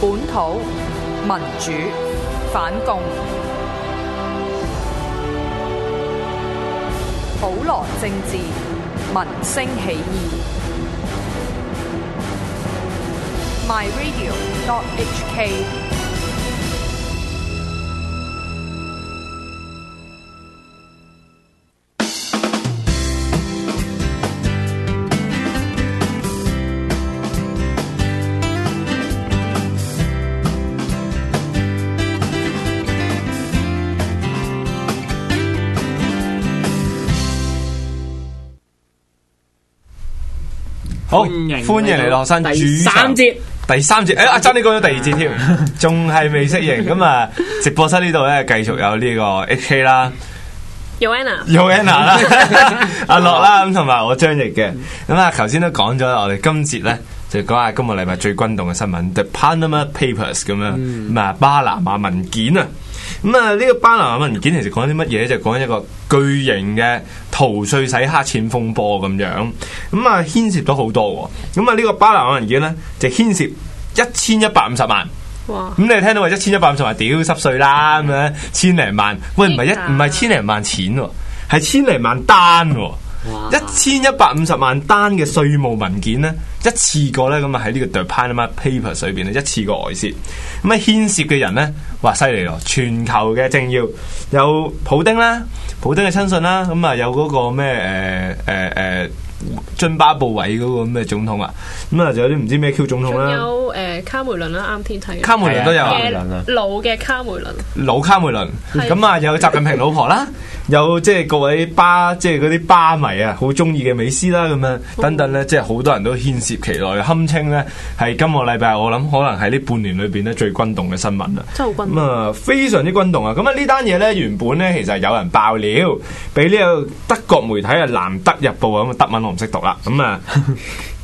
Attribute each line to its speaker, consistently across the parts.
Speaker 1: 本土民主反共，普羅政治民聲起義。myradio.hk
Speaker 2: 好，
Speaker 3: 歡迎
Speaker 2: 歡迎嚟落山
Speaker 3: 第
Speaker 2: 主場
Speaker 3: 三節
Speaker 2: 第三節，誒、哎阿珍你講咗第二節 添，仲係未適應咁啊！直播室呢度咧，繼續有呢個 H K 啦。
Speaker 4: Joanna，
Speaker 2: Joanna 啦，阿樂啦，咁同埋我張譯嘅。咁啊，頭先都講咗啦，我哋今節咧就講下今個禮拜最轟動嘅新聞，The Panama Papers 咁樣，咁啊巴拿馬文件啊。咁啊，呢個巴拿馬文件其實講啲乜嘢？就講一個巨型嘅逃税洗黑錢風波咁樣。咁啊，牽涉到好多喎。咁啊，呢個巴拿馬文件咧就牽涉一千一百五十萬。
Speaker 4: 哇，
Speaker 2: 咁你聽到話一千一百五十萬，屌濕碎啦咁樣，千零萬，喂唔係一唔係千零萬錢喎，係千零萬單喎。
Speaker 3: 哇
Speaker 2: 一千一百五十萬單嘅稅務文件呢，一次過呢，咁啊喺呢個 The Panama Papers 裏邊咧一次過外泄，咁啊牽涉嘅人呢，哇犀利咯！全球嘅政要有普丁啦，普丁嘅親信啦，咁啊有嗰個咩誒誒誒津巴布韋嗰個咩總統啊，咁啊仲有啲唔知咩 Q 總統
Speaker 4: 仲
Speaker 2: 啦，
Speaker 4: 有誒卡梅倫啦，啱先睇
Speaker 2: 卡梅倫都有啊。
Speaker 4: 嘅老嘅卡梅倫，
Speaker 2: 老卡梅倫，
Speaker 4: 係
Speaker 2: 咁啊有習近平老婆啦， 有即係各位巴即係嗰啲巴迷啊，好中意嘅美斯啦，咁樣等等咧，即係好多人都牽涉其內，堪稱咧係今個禮拜我諗可能喺呢半年裏邊咧最轟動嘅新聞啦。
Speaker 4: 真係好
Speaker 2: 咁啊，非常之轟動啊！咁啊，呢單嘢咧原本咧其實有人爆料，俾呢個德國媒體啊《南德日報》啊，咁啊德文我唔識讀啦，咁 啊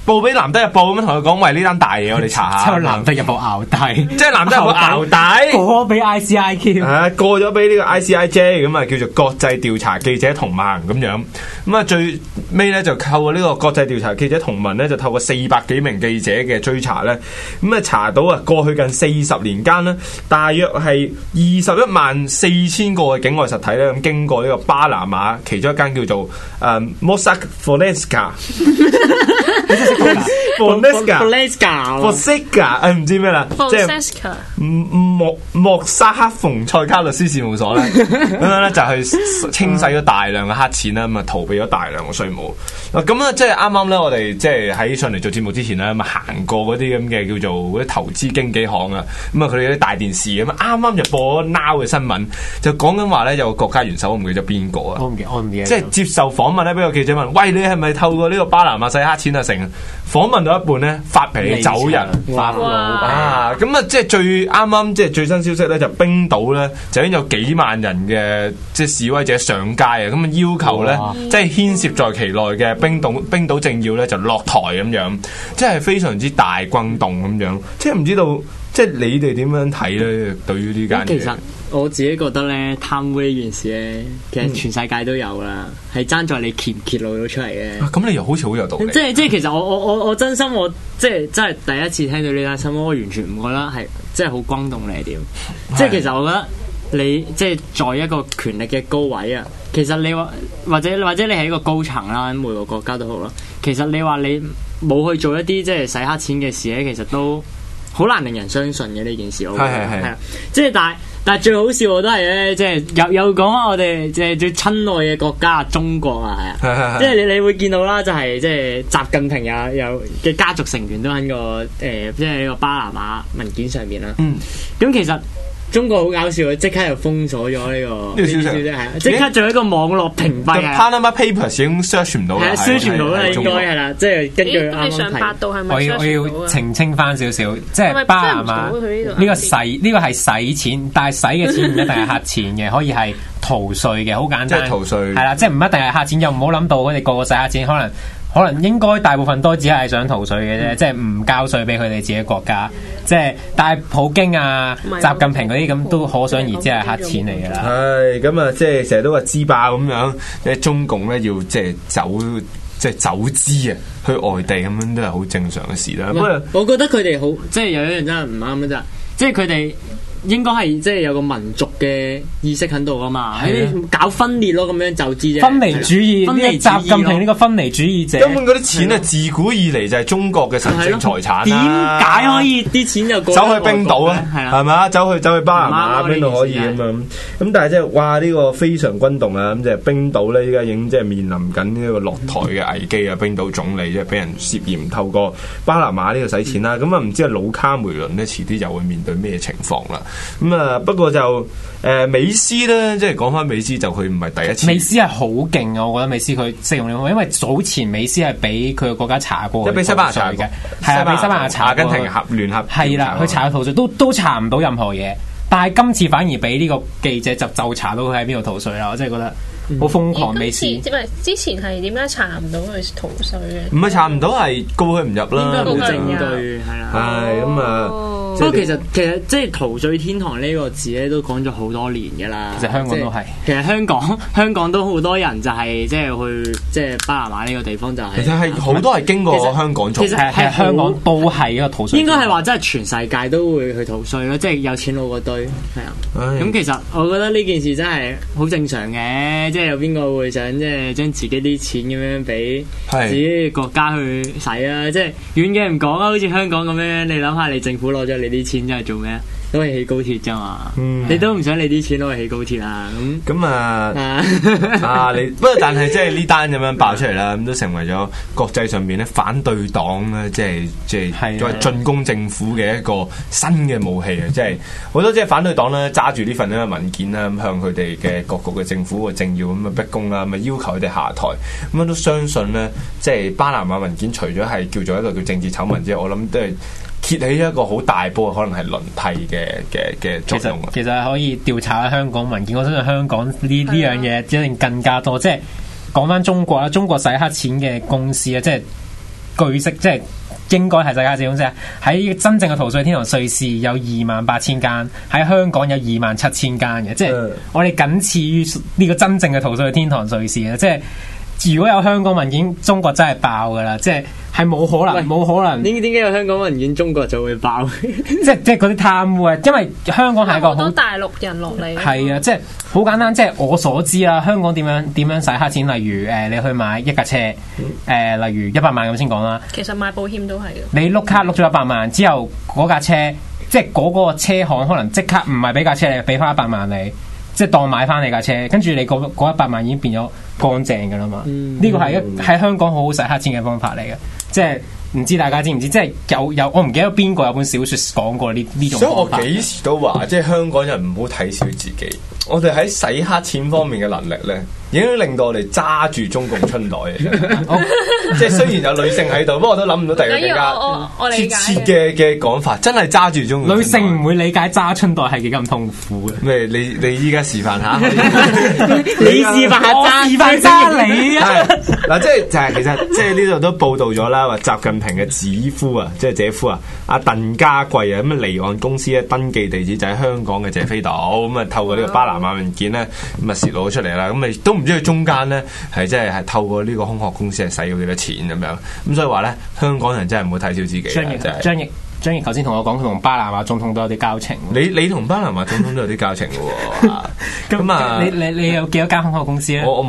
Speaker 2: 報俾《南德日報》咁樣同佢講，喂呢單大嘢我哋 查
Speaker 3: 之
Speaker 2: 下，
Speaker 3: 後南德日報熬低，
Speaker 2: 即係南 德日報淆底。
Speaker 3: 我俾 ICIQ，
Speaker 2: 啊，過咗俾呢個 ICIJ 咁啊，叫做國際調查記者同盟咁樣。咁啊，最尾咧就透過呢個國際調查記者同盟咧，就透過四百幾名記者嘅追查咧，咁啊查到啊過去近四十年間呢，大約係二十一萬四千個嘅境外實體咧，咁經過呢個巴拿馬其中一間叫做誒 Mossack Fonseca。Fonseca。
Speaker 3: Flasca，
Speaker 2: Fonseca，誒唔知咩啦，即係。
Speaker 4: Francesca，
Speaker 2: 莫莫沙克馮塞加律師事務所咧，咁樣咧就係清洗咗大量嘅黑錢啦，咁啊逃避咗大量嘅稅務。嗱咁啊，即係啱啱咧，我哋即係喺上嚟做節目之前咧，咁啊行過嗰啲咁嘅叫做嗰啲投資經紀行啊，咁啊佢哋嗰啲大電視咁啊，啱啱就播咗 Now 嘅新聞，就講緊話咧有個國家元首，我唔記得邊個
Speaker 5: 哦
Speaker 2: 啊。
Speaker 3: 我唔記，我唔記得，
Speaker 2: 即係接受訪問咧，俾個記者問：，喂，你係咪透過呢個巴拿馬洗黑錢啊？成訪問到一半咧，發脾氣走人。
Speaker 3: 發老，
Speaker 2: 啊，咁啊，即係最啱啱，即係最新消息咧，就冰島咧就已經有幾萬人嘅即係示威者上街啊，咁啊要求
Speaker 3: 哇
Speaker 2: 咧，即係牽涉在其內嘅冰島冰島政要咧就落台咁樣，即係非常之大轟動咁樣，即係唔知道，即係你哋點樣睇咧？對於呢間嘢啊
Speaker 3: 其實我自己覺得咧，貪污呢件事咧，其實全世界都有啦，係爭在你揭唔揭露到出嚟嘅。
Speaker 2: 啊咁你又好似好有道理
Speaker 3: 即。係即係，其實我我我我真心我即係真係第一次聽到呢單新聞，我完全唔覺得係即係好轟動你係點。即係其實我覺得你即係在一個權力嘅高位啊，其實你話或者或者你係一個高層啦，每個國家都好啦。其實你話你冇去做一啲即係洗黑錢嘅事咧，其實都好難令人相信嘅呢件事。我覺得
Speaker 2: 係係係
Speaker 3: 係啦，即係但係。但係最好笑我都係咧，即係有有講啊！我哋即係最親愛嘅國家中國啊，係啊，
Speaker 2: 係 係係
Speaker 3: 即係你你會見到啦，就係即係習近平有有嘅家族成員都喺個誒，即係呢個巴拿馬文件上面啦。
Speaker 2: 嗯，
Speaker 3: 咁其實中國好搞笑，即刻就封鎖咗呢個
Speaker 2: 呢個消息
Speaker 3: 係啊即刻做一個網絡屏
Speaker 2: The
Speaker 3: 蔽啊，
Speaker 2: Panama Papers 已經 search 唔到
Speaker 3: 係
Speaker 2: 啦
Speaker 3: 啊，，宣傳到啦，
Speaker 2: 喺
Speaker 3: 應
Speaker 2: 中
Speaker 3: 該
Speaker 2: 國
Speaker 3: 係啦，即係根據
Speaker 4: 咦，咁
Speaker 3: 啱
Speaker 4: 你上
Speaker 3: 啱
Speaker 4: 百
Speaker 3: 睇。
Speaker 4: 度係咪
Speaker 5: 我要我
Speaker 4: search 到
Speaker 5: 要
Speaker 4: 啊？
Speaker 5: 澄清翻少少，即
Speaker 4: 係咪
Speaker 5: 係巴拿
Speaker 4: 真係唔到
Speaker 5: 馬
Speaker 4: 佢呢度
Speaker 5: 呢個洗呢個係洗錢，但係洗嘅錢唔一定係黑錢嘅，可以係逃税嘅，好簡單。
Speaker 2: 即係逃稅
Speaker 5: 係啦，即係唔一定係黑錢，又唔好諗到佢哋個個洗黑錢，可能可能應該大部分都只係想逃税嘅啫，
Speaker 4: 嗯
Speaker 5: 即係唔交税俾佢哋自己國家。即係但係普京啊
Speaker 4: 唔係、喎
Speaker 5: 習近平嗰啲咁都可想而知係黑錢嚟㗎啦。
Speaker 2: 唉，咁啊，即係成日都話支爆咁樣，即係中共咧要即係走即係走資啊，去外地咁樣都係好正常嘅事啦。不過
Speaker 3: 我覺得佢哋好，即係有一樣真係唔啱嘅咋，即係佢哋應該係即係有個民族嘅意識喺度啊嘛，
Speaker 5: 係啊
Speaker 3: 你搞分裂咯咁樣就知啫。
Speaker 5: 分離主義
Speaker 3: 分
Speaker 5: 呢個
Speaker 3: 離主義咯
Speaker 5: 習近平呢個分離主義者，
Speaker 2: 根本嗰啲錢啊，自古以嚟就係中國嘅神聖財產
Speaker 3: 點
Speaker 2: 啦
Speaker 3: 解可以啲錢又過
Speaker 2: 走去冰島啊，
Speaker 3: 係
Speaker 2: 係
Speaker 3: 啦，
Speaker 2: 咪啊？走去走去巴拿馬啊
Speaker 3: 唔啱咯
Speaker 2: 邊度可以
Speaker 3: 呢
Speaker 2: 咁
Speaker 3: 件事
Speaker 2: 樣？咁但係即係哇，呢個非常轟動啊！咁即係冰島咧，依家已經即係面臨緊呢個落台嘅危機啊！冰島總理即係俾人涉嫌透過巴拿馬呢度使錢啦。咁啊，唔知係老卡梅倫咧，遲啲又會面對咩情況啦？咁啊，不過就誒美斯咧，即係講翻美斯就佢唔係第一次，
Speaker 5: 美斯係好勁啊！我覺得美斯佢適用呢個，因為早前美斯係俾佢個國家查過，
Speaker 2: 即係俾西班牙查過
Speaker 5: 嘅，係啊，俾西班牙查過
Speaker 2: 阿根廷合啊聯合
Speaker 5: 係啦，佢查佢逃税都都查唔到任何嘢，但係今次反而俾呢個記者就就查到佢喺邊度逃税啦，我真係覺得好瘋狂美
Speaker 4: 咦
Speaker 5: 斯。
Speaker 4: 今次唔係之前係點解查唔到佢逃税嘅？
Speaker 2: 唔係查啊唔到係告佢唔入
Speaker 3: 應該
Speaker 2: 啦，
Speaker 3: 冇
Speaker 4: 冇
Speaker 3: 證
Speaker 4: 證
Speaker 3: 據係啦。
Speaker 2: 係咁啊。
Speaker 3: 不過其實其實即係陶醉天堂呢個字咧，都講咗好多年㗎啦。
Speaker 5: 其實香港都係
Speaker 3: 即係，其實香港 香港都好多人就係即係去即係巴拿馬呢個地方就
Speaker 2: 其
Speaker 3: 係、啊
Speaker 2: 實係好多係經過香港做
Speaker 3: 其，實
Speaker 5: 係係
Speaker 3: 好
Speaker 5: 香港都係一個逃税。
Speaker 3: 應該係話真係全世界都會去逃税咯，即係有錢佬嗰堆係啊。咁
Speaker 2: 咁
Speaker 3: 其實我覺得呢件事真係好正常嘅，即係有邊個會想即係將自己啲錢咁樣俾
Speaker 2: 係
Speaker 3: 自己嘅國家去使啊？即係遠嘅唔講啊，好似香港咁樣，你諗下你政府攞咗你啲錢，真係做咩啊？都係起高鐵啫嘛，
Speaker 2: 嗯
Speaker 3: 你都唔想你啲錢攞嚟起高鐵啊？ 咁
Speaker 2: 咁啊
Speaker 3: 啊，
Speaker 2: 啊你不過但係即係呢單咁樣爆出嚟
Speaker 5: 嗯
Speaker 2: 啦，咁都成為咗國際上面咧反對黨咧，即係即
Speaker 5: 係
Speaker 2: 係
Speaker 5: 啊
Speaker 2: 作為進攻政府嘅一個新嘅武器啊！即係好多即係反對黨咧揸住呢份咁嘅文件啦，咁向佢哋嘅各國嘅政府嘅政要咁啊逼供啦，咁啊要求佢哋下台，咁樣都相信咧，即係巴拿馬文件除咗係叫做一個叫政治醜聞之外，我諗都係。揭起一個好大波，可能係輪替嘅嘅嘅
Speaker 5: 其
Speaker 2: 作
Speaker 5: 實
Speaker 2: 用啊！
Speaker 5: 其實可以調查下香港文件，我相信香港呢呢樣嘢一定更加多。即係講翻中國啦，中國洗黑錢嘅公司啊，即係據悉即係。應該係洗黑錢公司啊！喺真正嘅逃税天堂，瑞士有二萬八千間，喺香港有二萬七千間嘅，即係
Speaker 2: 嗯
Speaker 5: 我哋僅次於呢個真正嘅逃税天堂瑞士嘅，即係如果有香港文件，中國真係爆噶啦！即係係冇可能，
Speaker 3: 喂
Speaker 5: 冇可能，
Speaker 3: 點點解有香港文件中國就會爆？
Speaker 5: 即係即係嗰啲貪污啊！因為香港係一個好
Speaker 4: 好多大陸人落嚟，
Speaker 5: 係啊，即係好簡單，即係我所知啦。香港點樣點樣使黑錢？例如誒、呃你去買一架車，誒、例如一百萬咁先講啦。
Speaker 4: 其實買保險都係嘅。
Speaker 5: 你碌卡碌咗一百萬之後，嗰架車即係嗰個車行可能即刻唔係俾架車你，俾翻一百萬你，即係當買翻你架車。跟住你嗰嗰一百萬已經變咗乾淨㗎啦嘛。呢個係一喺香港好好使黑錢嘅方法嚟嘅，即係。唔知大家知唔知？即係有有，我唔記得邊個有本小説講過呢呢種
Speaker 2: 所以
Speaker 5: 方
Speaker 2: 我
Speaker 5: 法。
Speaker 2: 幾時都話，即係香港人唔好睇小自己。我哋喺洗黑錢方面嘅能力咧，已經令到我哋揸住中共春袋嘅
Speaker 5: 哦
Speaker 2: 啫。即係雖然有女性喺度，不過我都諗唔到第二個更
Speaker 4: 緊
Speaker 2: 加
Speaker 4: 要，我我我
Speaker 2: 貼
Speaker 4: 理解
Speaker 2: 切嘅嘅講法，真係揸住中共
Speaker 5: 女
Speaker 2: 春袋
Speaker 5: 性唔會理解揸春袋係幾咁痛苦嘅。
Speaker 2: 咩？你你依家示範 下。
Speaker 3: 你示範下
Speaker 5: 啊我
Speaker 3: 揸，
Speaker 5: 示範揸你啊！
Speaker 2: 係嗱，即係就係其實即係呢度都報道咗啦，話習近平嘅指夫啊，即係姐夫啊，阿鄧家貴啊，咁啊離岸公司咧登記地址就喺香港嘅謝斐島，咁啊透過呢個巴拿馬文件咧，咁啊泄露咗出嚟啦，咁啊都唔知佢中間咧係即係係透過呢個空殼公司係使咗幾多錢咁樣，咁所以話咧香港人真係唔好睇小自己啊，
Speaker 5: 張翼
Speaker 2: 真係。
Speaker 5: 張翼張翼頭先同我講，佢同巴拿馬總統都有啲交情。
Speaker 2: 你你同巴拿馬總統都有啲交情 嘅喎，啊咁啊
Speaker 5: 你你你有幾多間空殼公司咧？啊
Speaker 2: 我我冇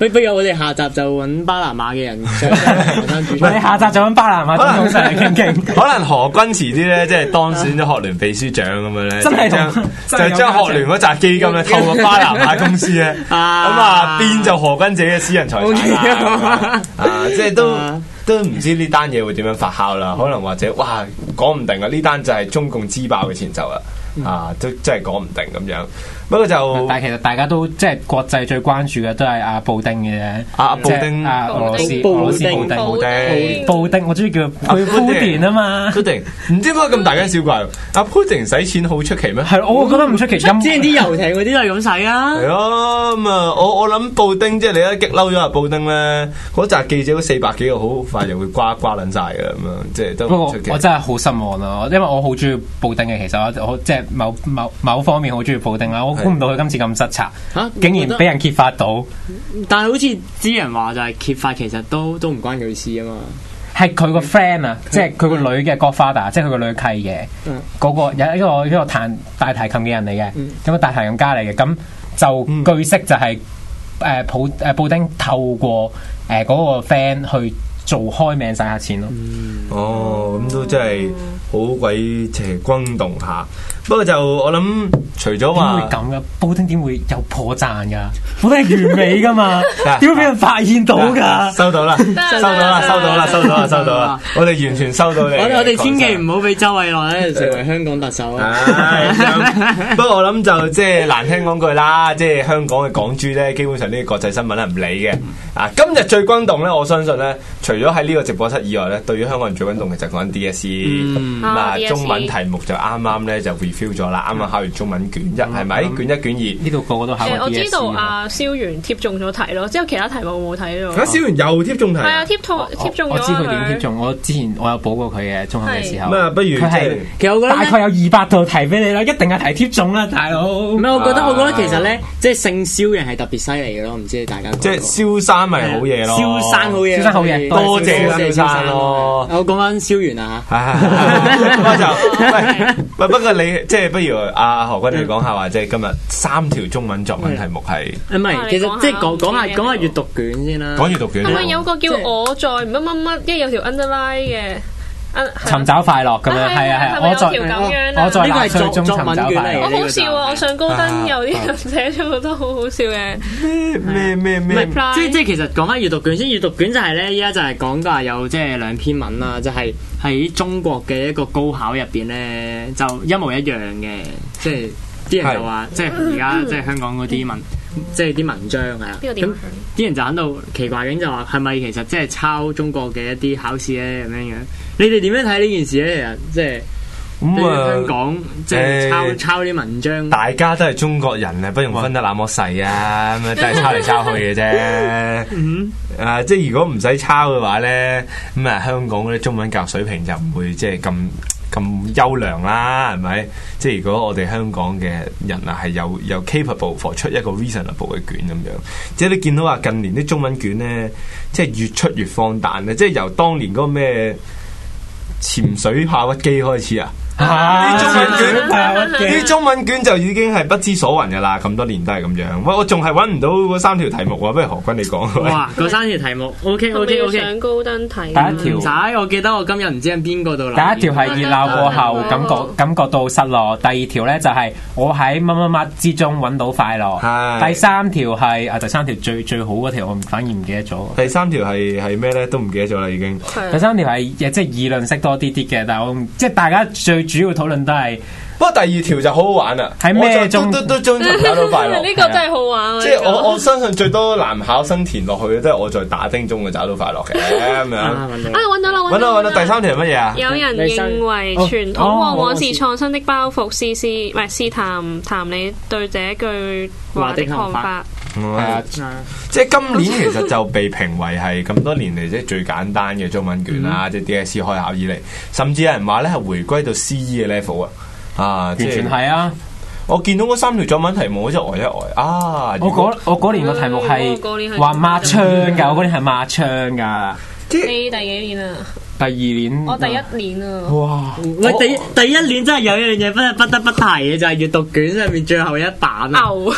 Speaker 2: 嘅喎。
Speaker 3: 不不如我哋下集就揾巴拿馬嘅人上嚟
Speaker 5: 唔係你下集就揾巴拿馬總統上嚟傾 傾。
Speaker 2: 可能何君遲啲咧，即係當選咗學聯秘書長咁樣咧，
Speaker 5: 真係
Speaker 2: 就將
Speaker 5: 同真係有
Speaker 2: 就將學聯嗰扎基金咧透過巴拿馬公司 咧，咁
Speaker 3: 啊
Speaker 2: 啊變就何君自己嘅私人財產啦，咁啊即係 都
Speaker 3: 啊
Speaker 2: 都唔知呢單嘢會點樣發酵啦，可能或者哇講唔定啊，呢單就係中共資爆嘅前奏啦，
Speaker 5: 嗯
Speaker 2: 啊都真係講唔定咁樣，不過就
Speaker 5: 但係其實大家都即係國際最關注嘅都係阿布丁嘅啫。
Speaker 2: 啊阿阿布
Speaker 5: 即
Speaker 2: 丁
Speaker 5: 係阿俄羅斯
Speaker 3: 布
Speaker 5: 俄
Speaker 3: 丁
Speaker 5: 羅斯布
Speaker 3: 布
Speaker 5: 丁
Speaker 3: 丁
Speaker 5: 布
Speaker 2: 好
Speaker 5: 丁
Speaker 2: 丁
Speaker 5: 布丁，我中意叫佢
Speaker 2: 布丁
Speaker 5: 鋪電啊嘛。
Speaker 2: p u d i n 唔知點解咁大驚小怪，阿 p u d i n 使錢好出奇咩？
Speaker 5: 係，我覺得唔出奇。
Speaker 3: 之前
Speaker 5: 音
Speaker 3: 啲遊艇嗰啲都係咁使啊
Speaker 2: 系。啊，咁啊，我我谂布丁即係你一激嬲咗阿布丁咧，嗰扎記者嗰四百幾個好快就會瓜瓜撚晒嘅咁樣，即係都
Speaker 5: 不過
Speaker 3: 哦
Speaker 2: 唔出奇
Speaker 5: 我。真係好失望啊！因為我好中意布丁嘅，其實我我即係某某某方面好中意普丁啦。啊我估唔到佢今次咁失策，
Speaker 3: 嚇
Speaker 5: 竟然俾人揭發到，
Speaker 3: 但係好似啲人話就係揭發其實都都唔關佢事啊嘛。
Speaker 5: 係佢個 friend 啊，即係佢個女嘅 Godfather，即係佢啊個女契嘅
Speaker 3: 嗯
Speaker 5: 嗰個有一個一個彈大提琴嘅人嚟嘅，咁啊大提琴家嚟嘅，咁就據悉就係誒普誒布丁透過誒嗰個 friend 去做開名洗下錢咯。
Speaker 2: 哦，咁都真係好鬼邪轟動下。不過就我諗，除咗
Speaker 5: 點會
Speaker 2: 話？
Speaker 5: 咁噶？布丁點會有破綻噶？布丁係完美噶 嘛點會俾人發現到噶？
Speaker 2: 收到啦，收到啦，收到啦，收到啦，收到啦，我哋完全收到你嘅
Speaker 3: 我
Speaker 2: 講法。
Speaker 3: 我哋千祈唔好俾周偉 樂咧成為香港特首啊！
Speaker 2: 唉 咁不過我諗就即係難聽講句啦，即係香港嘅港豬咧，基本上呢啲國際新聞咧唔理嘅。啊，今日最轟動咧，我相信咧，除咗喺呢個直播室以外咧，對於香港人最轟動嘅就係講緊 DSE。咁啊
Speaker 4: 啊，DSE
Speaker 2: 中文題目就啱啱咧就 review 咗啦，啱啱考完中文卷一係咪？卷一卷
Speaker 5: 呢度個個都考過
Speaker 4: 誒，
Speaker 5: E
Speaker 4: 我知道
Speaker 5: DSE 喎
Speaker 4: 阿蕭源貼中咗題咯，之後其他題目我冇睇
Speaker 2: 二。啊，
Speaker 4: 咯。
Speaker 2: 小圓又貼中題啊。
Speaker 4: 係啊，貼套貼中
Speaker 5: 哦
Speaker 4: 咗
Speaker 5: 我我知佢點貼
Speaker 4: 佢。
Speaker 5: 中，我之前我有補過佢嘅中學嘅時候。
Speaker 2: 咁啊，不如即
Speaker 5: 佢係
Speaker 2: 係
Speaker 3: 其實我覺
Speaker 5: 大
Speaker 3: 得
Speaker 5: 概
Speaker 3: 咧
Speaker 5: 有二百道題俾你啦，一定係題貼中啦，大佬。
Speaker 3: 唔係，我覺得
Speaker 2: 啊
Speaker 3: 我覺得其實咧，即係姓蕭嘅人係特別犀利嘅咯，唔知大家
Speaker 2: 即係蕭生咪好嘢咯。
Speaker 3: 蕭生好嘢，
Speaker 5: 蕭生好嘢
Speaker 2: 多謝蕭生咯
Speaker 3: 我講緊蕭源啊 嚇，
Speaker 2: 唉不過就喂喂，不過你即係不如阿何君你講下話，即係今日三條中文作文題目係
Speaker 3: 唔係，其
Speaker 4: 我
Speaker 3: 實
Speaker 4: 哋
Speaker 3: 即係講講
Speaker 4: 講下
Speaker 3: 下講下閱讀卷先啦。
Speaker 2: 講閱讀卷
Speaker 4: 係咪有
Speaker 2: 喎。
Speaker 4: 個叫我在乜乜乜，跟住有條 underline 嘅？啊係
Speaker 5: 尋找快樂咁樣，
Speaker 4: 啊
Speaker 5: 係啊
Speaker 4: 係啊
Speaker 5: 係
Speaker 4: 係
Speaker 5: 啊，
Speaker 4: 咪
Speaker 5: 我在
Speaker 4: 有條咁樣啊
Speaker 5: 我在
Speaker 3: 呢個係
Speaker 5: 納粹
Speaker 3: 作
Speaker 5: 中
Speaker 3: 作文
Speaker 5: 尋找
Speaker 3: 卷
Speaker 5: 快
Speaker 3: 嚟
Speaker 4: 我
Speaker 5: 樂
Speaker 3: 嘅。
Speaker 4: 好笑啊！我上高登有啲人寫咗好多好好笑嘅
Speaker 2: 咩咩
Speaker 3: 唔
Speaker 2: 咩咩
Speaker 3: 係，
Speaker 4: Reply
Speaker 3: 即係即係其實講翻閱讀卷先，閱讀卷就係咧，依家就係講到話有即係兩篇文啦，就係喺中國嘅一個高考入邊咧，就一模一樣嘅，即係啲人就話，即係而家即係香港嗰啲文，即係啲文章係啦。
Speaker 4: 邊個點
Speaker 3: 咁啲人就喺度奇怪緊，就話係咪其實即係抄中國嘅一啲考試咧咁樣樣？你哋點樣睇呢件事咧？其實即係
Speaker 2: 咁
Speaker 3: 對於
Speaker 2: 啊
Speaker 3: 香？港即係抄
Speaker 2: 誒
Speaker 3: 抄啲文章，
Speaker 2: 大家都係中國人啊，不用分得那麼細啊，咁啊都係抄嚟抄去嘅啫。啊，即係如果唔使抄嘅話咧，咁啊香港嗰啲中文教育水平就唔會即係咁咁優良啦，係咪？即係如果我哋香港嘅人啊係有有 capable for 出一個 reasonable 嘅卷咁樣，即係你見到話近年啲中文卷咧，即係越出越荒誕咧，即係由當年嗰個咩潛水炮屈機開始啊！
Speaker 5: 啊
Speaker 2: 呢中文
Speaker 4: 卷
Speaker 2: 啲中文卷就已經係不知所云噶啦，咁多年都係咁樣。喂，我仲係揾唔到嗰三條題目喎，不如何君你講。喂
Speaker 3: 哇！嗰三條題目，OK
Speaker 4: 係咪
Speaker 3: OK
Speaker 4: 要
Speaker 3: OK。
Speaker 4: 上高登睇
Speaker 5: 第
Speaker 4: 啊？
Speaker 5: 一條
Speaker 3: 唔使，我記得我今日唔知喺邊個度留言
Speaker 5: 第一條係熱鬧過後感覺感覺到失落，第二條咧就係我喺乜乜乜之中揾到快樂，
Speaker 2: 係
Speaker 5: 第三條係啊第三條最最好嗰條我反而唔記得咗。
Speaker 4: 嗯
Speaker 2: 第三條係係咩咧？都唔記得咗啦，已經。
Speaker 4: 係啊
Speaker 5: 第三條係即係議論式多啲啲嘅，但係我唔即係大家最主要討論都係
Speaker 2: 不過第二條就好好玩啦，
Speaker 5: 係咩
Speaker 2: 我就
Speaker 5: 中
Speaker 2: 都都都都搞到快樂。
Speaker 4: 呢個真係好玩啊！
Speaker 2: 即係我我相信最多男考生填落去嘅都係我在打丁中嘅找到快樂嘅咁樣。
Speaker 3: 啊，揾
Speaker 4: 啊
Speaker 3: 到
Speaker 4: 揾到啦，
Speaker 2: 揾
Speaker 4: 揾
Speaker 2: 到揾到
Speaker 4: 到
Speaker 2: 第三條係乜嘢啊？
Speaker 4: 有人認為傳統往往是創新的包袱，試試唔係試談談你對這句話的看法。
Speaker 5: 係啊
Speaker 2: 嗯即係今年其實就被評為係咁多年嚟即係最簡單嘅中文卷
Speaker 3: 嗯
Speaker 2: 啦，即係 DSE 開考以嚟，甚至有人話咧係回歸到 CE 嘅 level 啊！啊，
Speaker 5: 完
Speaker 2: 即
Speaker 5: 全係啊！
Speaker 2: 我見到嗰三條作文題目，我真係呆一呆啊！如
Speaker 5: 我
Speaker 2: 果
Speaker 5: 嗰我嗰年個題目
Speaker 4: 嗯我嗰年
Speaker 5: 係
Speaker 4: 係
Speaker 5: 話抹槍㗎，我嗰年係抹槍㗎。
Speaker 2: 即係
Speaker 4: 你第幾年啊？
Speaker 5: 第二年
Speaker 4: 我第一年啊。
Speaker 5: 哇！
Speaker 3: 喂，第一第一年真係有一樣嘢不不得不提嘅，就係閱讀卷上面最後一版啊，
Speaker 4: 牛，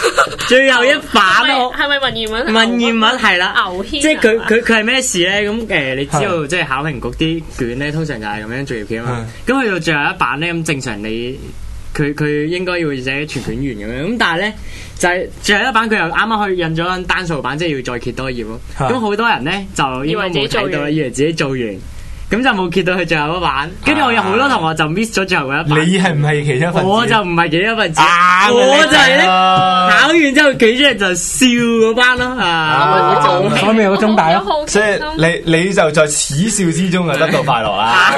Speaker 3: 最後一版我
Speaker 4: 係咪文言文？啊
Speaker 3: 文言文係啦，
Speaker 4: 牛軒啊
Speaker 3: 即係佢佢佢係咩事咧？咁誒，你知道即係考評局啲卷咧，通常就係咁樣作業片啊嘛。咁去到最後一版咧，咁正常你佢佢應該要寫全卷完咁樣。咁但係咧就係最後一版佢又啱啱去印咗緊單數版，即係要再揭多頁咯。
Speaker 2: 嚇
Speaker 3: 咁好多人咧就應該冇睇
Speaker 4: 以為自己做
Speaker 3: 到，
Speaker 4: 完
Speaker 3: 以為自己做完，咁就冇揭到佢最後一版。跟住我有好多同學就 miss 咗最後嗰一版。
Speaker 2: 啊你係唔係其中一份子？
Speaker 3: 我就唔係幾多份子，
Speaker 2: 啊
Speaker 3: 我就係
Speaker 2: 你
Speaker 3: 咧
Speaker 2: 係啊
Speaker 3: 考完之後企出嚟就笑嗰班咯啊！
Speaker 5: 所以咪有中大咯。
Speaker 4: 咯
Speaker 2: 所以你你就在恥笑之中啊就得到快 樂啦。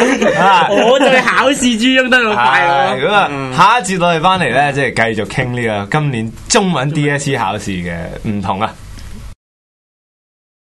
Speaker 2: 啊
Speaker 3: 我對考試之中得到快
Speaker 2: 係
Speaker 3: 樂嗯
Speaker 2: 咁
Speaker 3: 咯。
Speaker 2: 啊！下一節我哋翻嚟咧，即係繼續傾呢個今年中文 DSE E 考試嘅唔同啊！